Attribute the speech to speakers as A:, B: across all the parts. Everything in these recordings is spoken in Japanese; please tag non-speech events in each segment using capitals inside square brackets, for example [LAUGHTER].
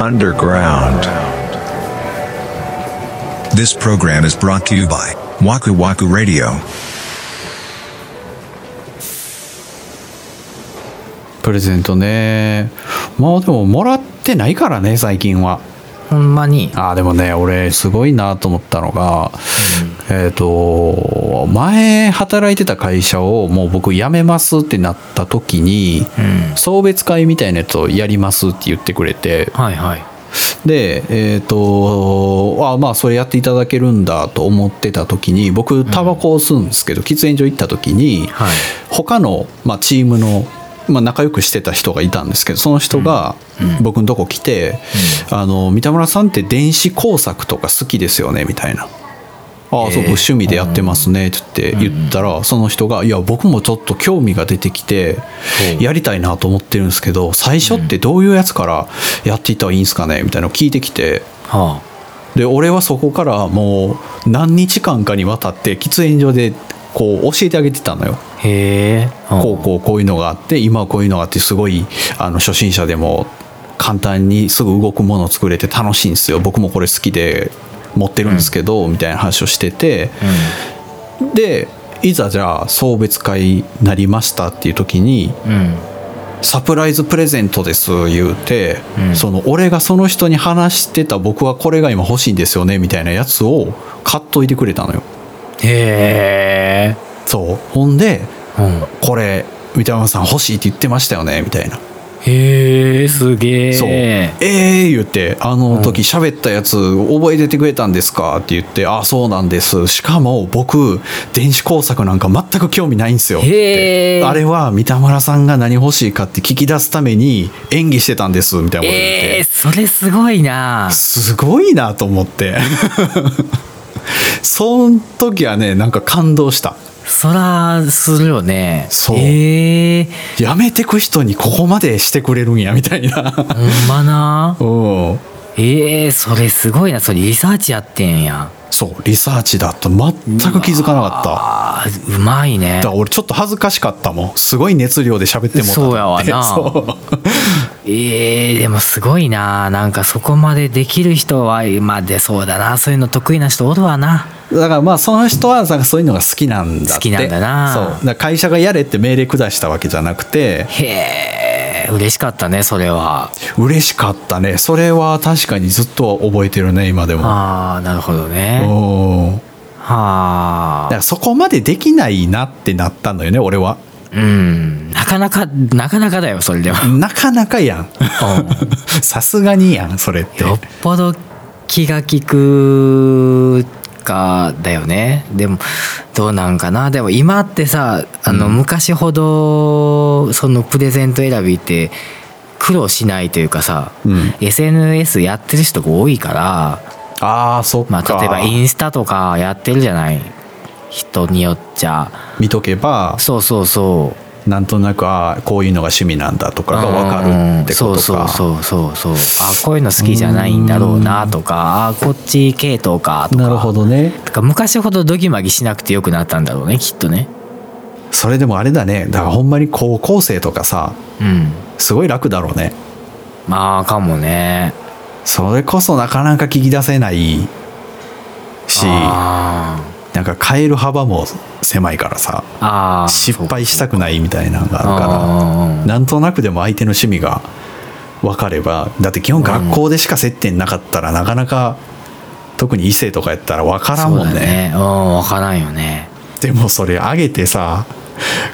A: underground.
B: This program is brought to you by Waku Waku Radio.
C: プレゼントねまあでももらってないからね最近は
D: ほんまに。
C: ああでもね俺すごいなと思ったのが、えっ、と前働いてた会社をもう僕辞めますってなった時に、
D: うん。
C: 送別会みたいなやつをやりますって言ってくれて
D: はいはい。
C: でえっ、とあまあそれやっていただけるんだと思ってた時に僕タバコを吸うんですけど、喫煙所行った時に、
D: はい。
C: 他の、まあ、チームの、まあ、仲良くしてた人がいたんですけどその人が僕のとこ来て「あの三田村さんって電子工作とか好きですよね」みたいな「ああ、そう僕趣味でやってますね」って言ったら、その人が「いや僕もちょっと興味が出てきてやりたいなと思ってるんですけど最初ってどういうやつからやっていったらいいんですかね」みたいなのを聞いてきて。
D: は
C: で俺はそこからもう何日間かにわたって喫煙所でこう教えてあげてたのよ。
D: あ。へえ。
C: こうこうこういうのがあって今はこういうのがあってすごいあの初心者でも簡単にすぐ動くものを作れて楽しいんですよ僕もこれ好きで持ってるんですけど、みたいな話をしてて、でいざじゃあ送別会なりましたっていう時に
D: うん。うん。
C: サプライズプレゼントです言うて、
D: うん
C: その俺がその人に話してた僕はこれが今欲しいんですよねみたいなやつを買っといてくれたのよ
D: へえ。
C: そうほんで
D: うん。
C: これ三田山さん欲しいって言ってましたよねみたいな
D: へえ、すげえ。
C: そう。ええー、言って、あの時喋ったやつ覚えててくれたんですかって言って、あ、そうなんです。しかも僕、電子工作なんか全く興味ないんですよ。
D: へー
C: あれは三田村さんが何欲しいかって聞き出すために演技してたんです、みたいなこと言って。
D: えー、それすごいな
C: すごいなと思って。 [LAUGHS] そん時はね、なんか感動した。
D: そらするよね
C: そう
D: ええ
C: やめてく人にここまでしてくれるんや、みたいな。
D: ほんまな
C: [LAUGHS] うん。
D: ええそれすごいなそれリサーチやってんや
C: そう、リサーチだと全く気づかなかった。
D: あーうまいね
C: だから俺ちょっと恥ずかしかったもんすごい熱量で喋ってもうた
D: そうやわ
C: [LAUGHS]
D: な
C: そう
D: ええでもすごいななんかそこまでできる人はまあでそうだなそういうの得意な人おるわな
C: だからまあその人はなんかそういうのが好きなんだって
D: 好きなんだな
C: そうだから会社がやれって命令下したわけじゃなくて
D: へえ嬉しかったねそれは
C: 嬉しかったねそれは確かにずっと覚えてるね今でも
D: ああなるほどね
C: おだ
D: は
C: か
D: あ
C: らそこまでできないなってなったのよね俺は
D: うんなかなかなかなかだよそれでも
C: なかなか
D: [LAUGHS]
C: やんさすがにやんそれって
D: よっぽど気が利くかだよねでもどうなんかなでも今ってさあの昔ほどそのプレゼント選びって苦労しないというかさ、
C: うん
D: SNS やってる人が多いから、
C: ああそっか、
D: まあ、例えばインスタとかやってるじゃない人によっちゃ
C: 見とけば
D: そうそうそう
C: なんとなくああこういうのが趣味なんだとかが分かるってことか
D: うんそうそうそうそうそうあこういうの好きじゃないんだろうなとかあこっち系統かとか
C: なるほどね
D: だから昔ほどドギマギしなくてよくなったんだろうねきっとね
C: それでもあれだねだからほんまに高校生とかさ
D: うん
C: すごい楽だろうね
D: まあかもね
C: それこそなかなか聞き出せないし
D: あ
C: なんか変える幅も狭いからさ
D: ーあー
C: 失敗したくないみたいなのが
D: そう
C: ある
D: うんうん
C: から
D: うん
C: なんとなくでも相手の趣味が分かればだって基本学校でしか接点なかったらなかなか特に異性とかやったら分からんもん
D: そうだ
C: ね
D: ねうん分からんよね
C: でもそれあげてさ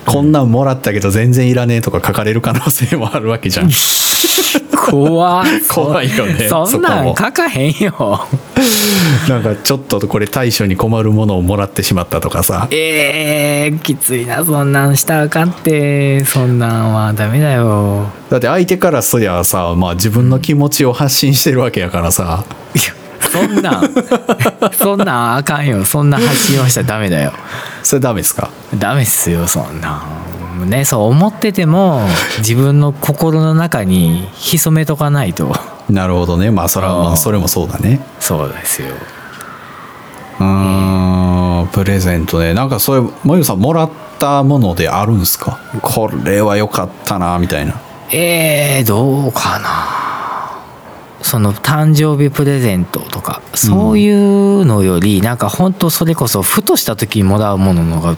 C: こんなんもらったけど全然いらねえとか書かれる可能性もあるわけじゃ
D: [LAUGHS]
C: ん
D: 怖い
C: 怖いよね
D: [LAUGHS] そんなん
C: そこも
D: 書かへんよ
C: なんかちょっとこれ対処に困るものをもらってしまったとかさ
D: ええきついなそんなんしたらあかんってそんなんはダメだよ
C: だって相手からそりゃさ、まあ、自分の気持ちを発信してるわけやからさ
D: いや [LAUGHS] そんなん [LAUGHS] そんなんあかんよそんな発信はしちゃダメだよ
C: それダメですか
D: ダメっすよそんなんねそう思ってても自分の心の中に潜めとかないと
C: なるほどねまあそれは
D: うん
C: まあそれもそうだね
D: そうですよ
C: うーんプレゼントねなんかそういうもゆさんもらったものであるんすかこれは良かったなみたいな
D: えー、どうかなその誕生日プレゼントとかそういうのよりなんか本当それこそふとした時にもらうものの方が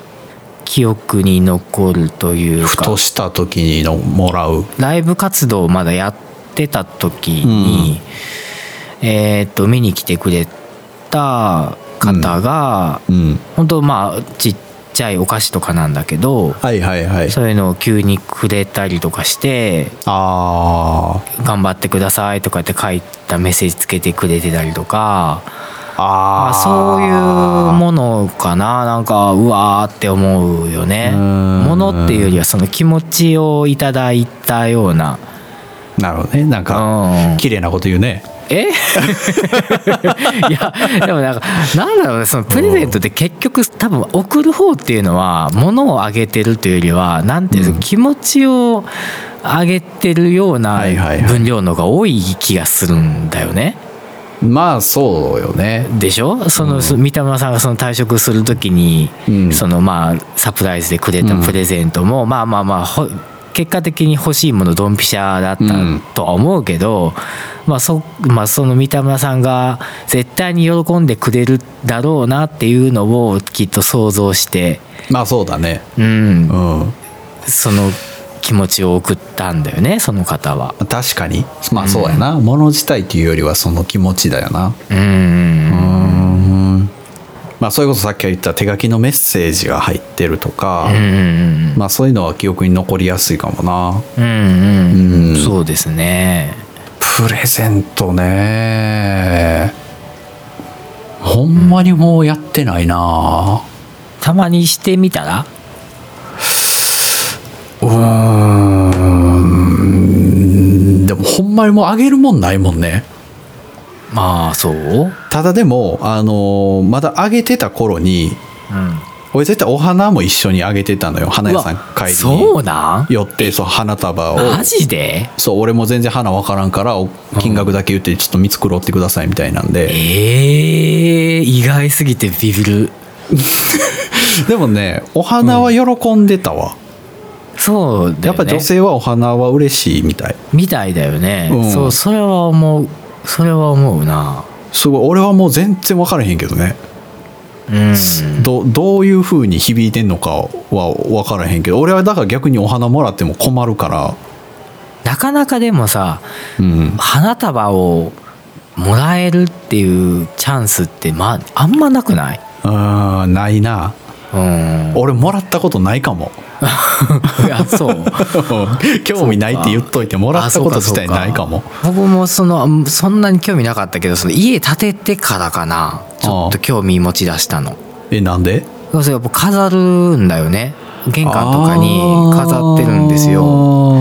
D: 記憶に残るという
C: ふ
D: か
C: とした時にのもらう
D: ライブ活動をまだやってた時に、えーっと見に来てくれた方が、
C: うん
D: 本当まあちっちゃいお菓子とかなんだけど
C: はいはいはい
D: そういうのを急にくれたりとかして
C: あ
D: 「頑張ってください」とかって書いたメッセージつけてくれてたりとか
C: ー
D: ま
C: あ
D: あ
C: ー
D: そういうものかななんかうわーって思うよね。
C: うん
D: ものっていうよりはその気持ちをいただいたような。
C: なるほどねなんか
D: うん
C: 綺麗なこと言うね
D: え [LAUGHS] いやでもなんかなんだろうねそのプレゼントって結局多分送る方っていうのは物をあげてるというよりはなんていうの、気持ちをあげてるような
C: はいはいはい
D: 分量の方が多い気がするんだよね。
C: まあそうよね
D: でしょその、そ三田村さんがその退職する時に、
C: うん
D: そのまあサプライズでくれたプレゼントも、まあまあまあほ結果的に欲しいものドンピシャだった
C: うん
D: とは思うけど、まあそまあ、その三田村さんが絶対に喜んでくれるだろうなっていうのをきっと想像して、
C: まあそうだね
D: うん
C: う、ん
D: その気持ちを送ったんだよねその方は。
C: 確かにまあそうやな、物自体っていうよりはその気持ちだよな
D: うん
C: うんまあそれこそさっき言った手書きのメッセージが入ってるとか、
D: うん
C: まあそういうのは記憶に残りやすいかもな
D: うんう
C: う
D: ん
C: ん
D: そうですね。
C: プレゼントねほんまにもうやってないな
D: たまにしてみたら
C: うーんでもほんまにもうあげるもんないもんね
D: まあそううん
C: ただでもあのーまだあげてた頃に俺絶対お花も一緒にあげてたのよ花屋さん帰りに
D: そうなん
C: 寄ってそう花束を
D: マジで
C: そう俺も全然花分からんからお金額だけ言ってちょっと見繕ってくださいみたいなんで、
D: ええ意外すぎてビビる
C: でもねお花は喜んでたわ、
D: そうだよね
C: やっぱ女性はお花は嬉しいみたい
D: みたいだよね、
C: うん
D: そうそれは思うそれは思うな
C: すごい俺はもう全然分からへんけどね、
D: うん
C: どどういう風に響いてんのかは分からへんけど俺はだから逆にお花もらっても困るから
D: なかなかでもさ
C: うん
D: 花束をもらえるっていうチャンスってまああんまなくない
C: あーないな [LAUGHS]
D: うん
C: 俺もらったことないか
D: [LAUGHS]
C: も
D: あそう
C: 興味ないって言っといてもらったこと自体ないかも
D: あそうかそうか僕もそのうんそんなに興味なかったけどその家建ててからかなちょっと興味持ち出したの
C: えなんで
D: そうするとやっぱ飾るんだよね玄関とかに飾ってるんですよ
C: あ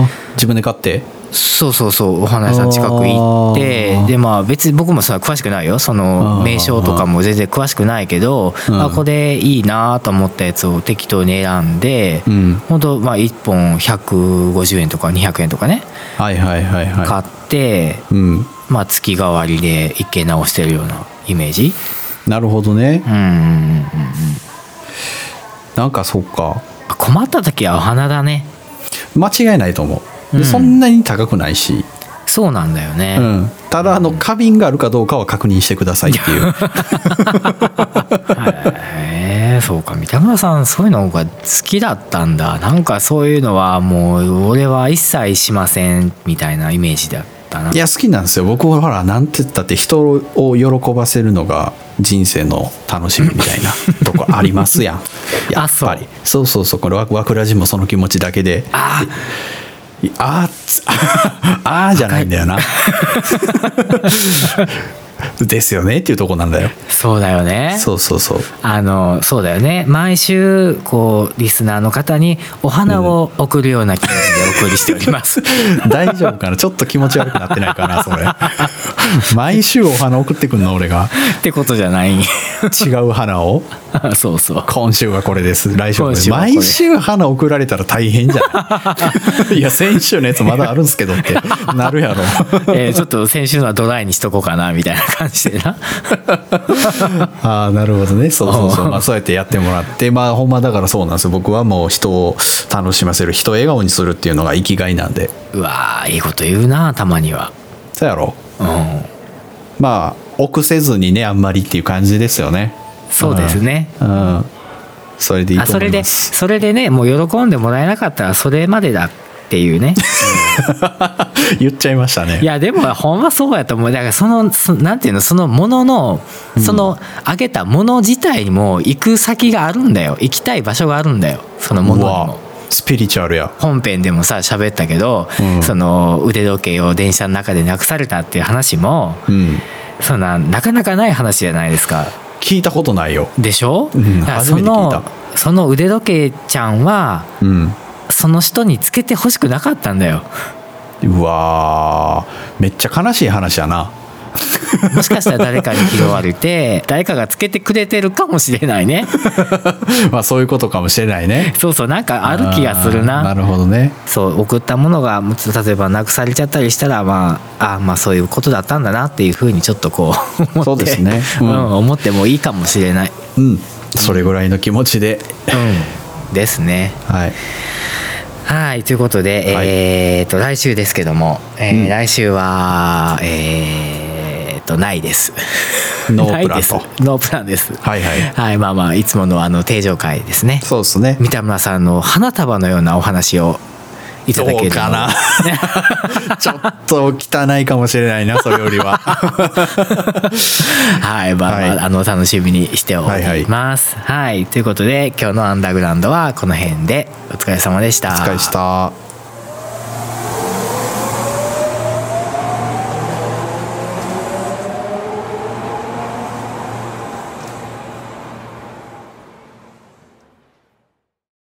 C: ー自分で買って
D: そうそうそうお花屋さん近く行って
C: あー
D: でまあ別に僕もさ詳しくないよそ
C: あ
D: の
C: ー
D: 名称とかも全然詳しくないけど
C: うん
D: あこれいいなと思ったやつを適当に選んで
C: うん
D: 本当まあ1本150円とか200円とかね
C: はいはいはいはい
D: 買って
C: うん
D: まあ、月替わりで一軒直してるようなイメージ
C: なるほどね
D: うんうんうん
C: なんかそっか
D: 困った時はお花だね
C: 間違いないと思うで、
D: うん
C: そんなに高くないし、
D: そうなんだよね、
C: うん、ただあの花瓶があるかどうかは確認してくださいっていう [LAUGHS]
D: へえそうか三田村さんそういうのが好きだったんだなんかそういうのはもう俺は一切しませんみたいなイメージだったない
C: や好きなんですよ僕はほらなんて言ったって人を喜ばせるのが人生の楽しみみた [LAUGHS] いなとこありますやんやっぱりそうそうそうこれわわくらじもその気持ちだけで
D: あ
C: いあーつあーじゃないんだ [LAUGHS] よなですよねっていうとこなんだよ
D: そうだよね
C: そうそうそう
D: あのそうだよね毎週こうリスナーの方にお花を送るような気持ちでお送りしており [LAUGHS] ます、
C: [LAUGHS] 大丈夫かなちょっと気持ち悪くなってないかな [LAUGHS] それ毎週お花送ってくんの俺が
D: ってことじゃない
C: 違う花を
D: [LAUGHS] そうそう
C: 今週はこれです来週はこれ
D: 今週はこれ
C: 毎週花送られたら大変じゃない [LAUGHS] いや先週のやつまだあるんすけどってなるやろ
D: [LAUGHS] えーちょっと先週のはドライにしとこうかなみたいな感じでな [LAUGHS]
C: ああなるほどねそうそうそう、まあ、そうやってやってもらってまあほんまだからそうなんですよ僕はもう人を楽しませる人を笑顔にするっていうのが生きがいなんで
D: うわーいいこと言うなたまには
C: そうやろ
D: うん
C: まあ臆せずにねあんまりっていう感じですよね
D: そうですね
C: うん、うんそれでいい
D: あ
C: と
D: そ
C: 思
D: れ
C: い
D: で
C: ます
D: それでねもう喜んでもらえなかったらそれまでだってい
C: [LAUGHS]
D: うね
C: 言っちゃいましたね
D: いやでもほんまそうやと思うだからそのそなんていうのそのもののそのあげたもの自体にも行く先があるんだよ行きたい場所があるんだよそのもの
C: う
D: に
C: わ
D: も。
C: スピリチュアルや
D: 本編でもさ喋ったけど、
C: うん
D: その腕時計を電車の中でなくされたっていう話も、
C: うん
D: そんななかなかない話じゃないですか。
C: 聞いたことないよ
D: でしょ、
C: うん
D: だから
C: 初
D: そ
C: めて聞い
D: の
C: た
D: その腕時計ちゃんは
C: うん
D: その人につけてほしくなかったんだよ。
C: うわーめっちゃ悲しい話やな [LAUGHS]
D: もしかしたら誰かに拾われて [LAUGHS] 誰かがつけてくれてるかもしれな
C: [LAUGHS]
D: いね。
C: まあそういうことかもしれないね
D: そうそうなんかある気がする
C: あーな
D: な。
C: るほどね
D: そう送ったものがもうちょっと例えばなくされちゃったりしたらまああーまあそういうことだったんだなっていうふうにちょっとこう思って
C: そうですねう
D: [LAUGHS] うんん思ってもいいかもしれない、
C: うんそれぐらいの気持ちで
D: うん、ですね。
C: はい
D: はいということで、
C: はい
D: えーっと来週ですけども、えー
C: うん
D: 来週はえーっとないです。
C: [LAUGHS] ノープランと
D: ないですノープランです。
C: はいはい
D: はい、まあまあいつものあの定常会ですね。
C: そうです
D: [LAUGHS]
C: ね
D: 三田村さんの花束のようなお話をいただける
C: どうかなちょっと汚いかもしれないなそれより
D: [LAUGHS]
C: は
D: [LAUGHS] はい、まあ、ま
C: は
D: あ
C: い
D: あの楽しみにしております。はい、ということで今日のアンダーグラウンドはこの辺でお疲れ様でした。
C: お疲れした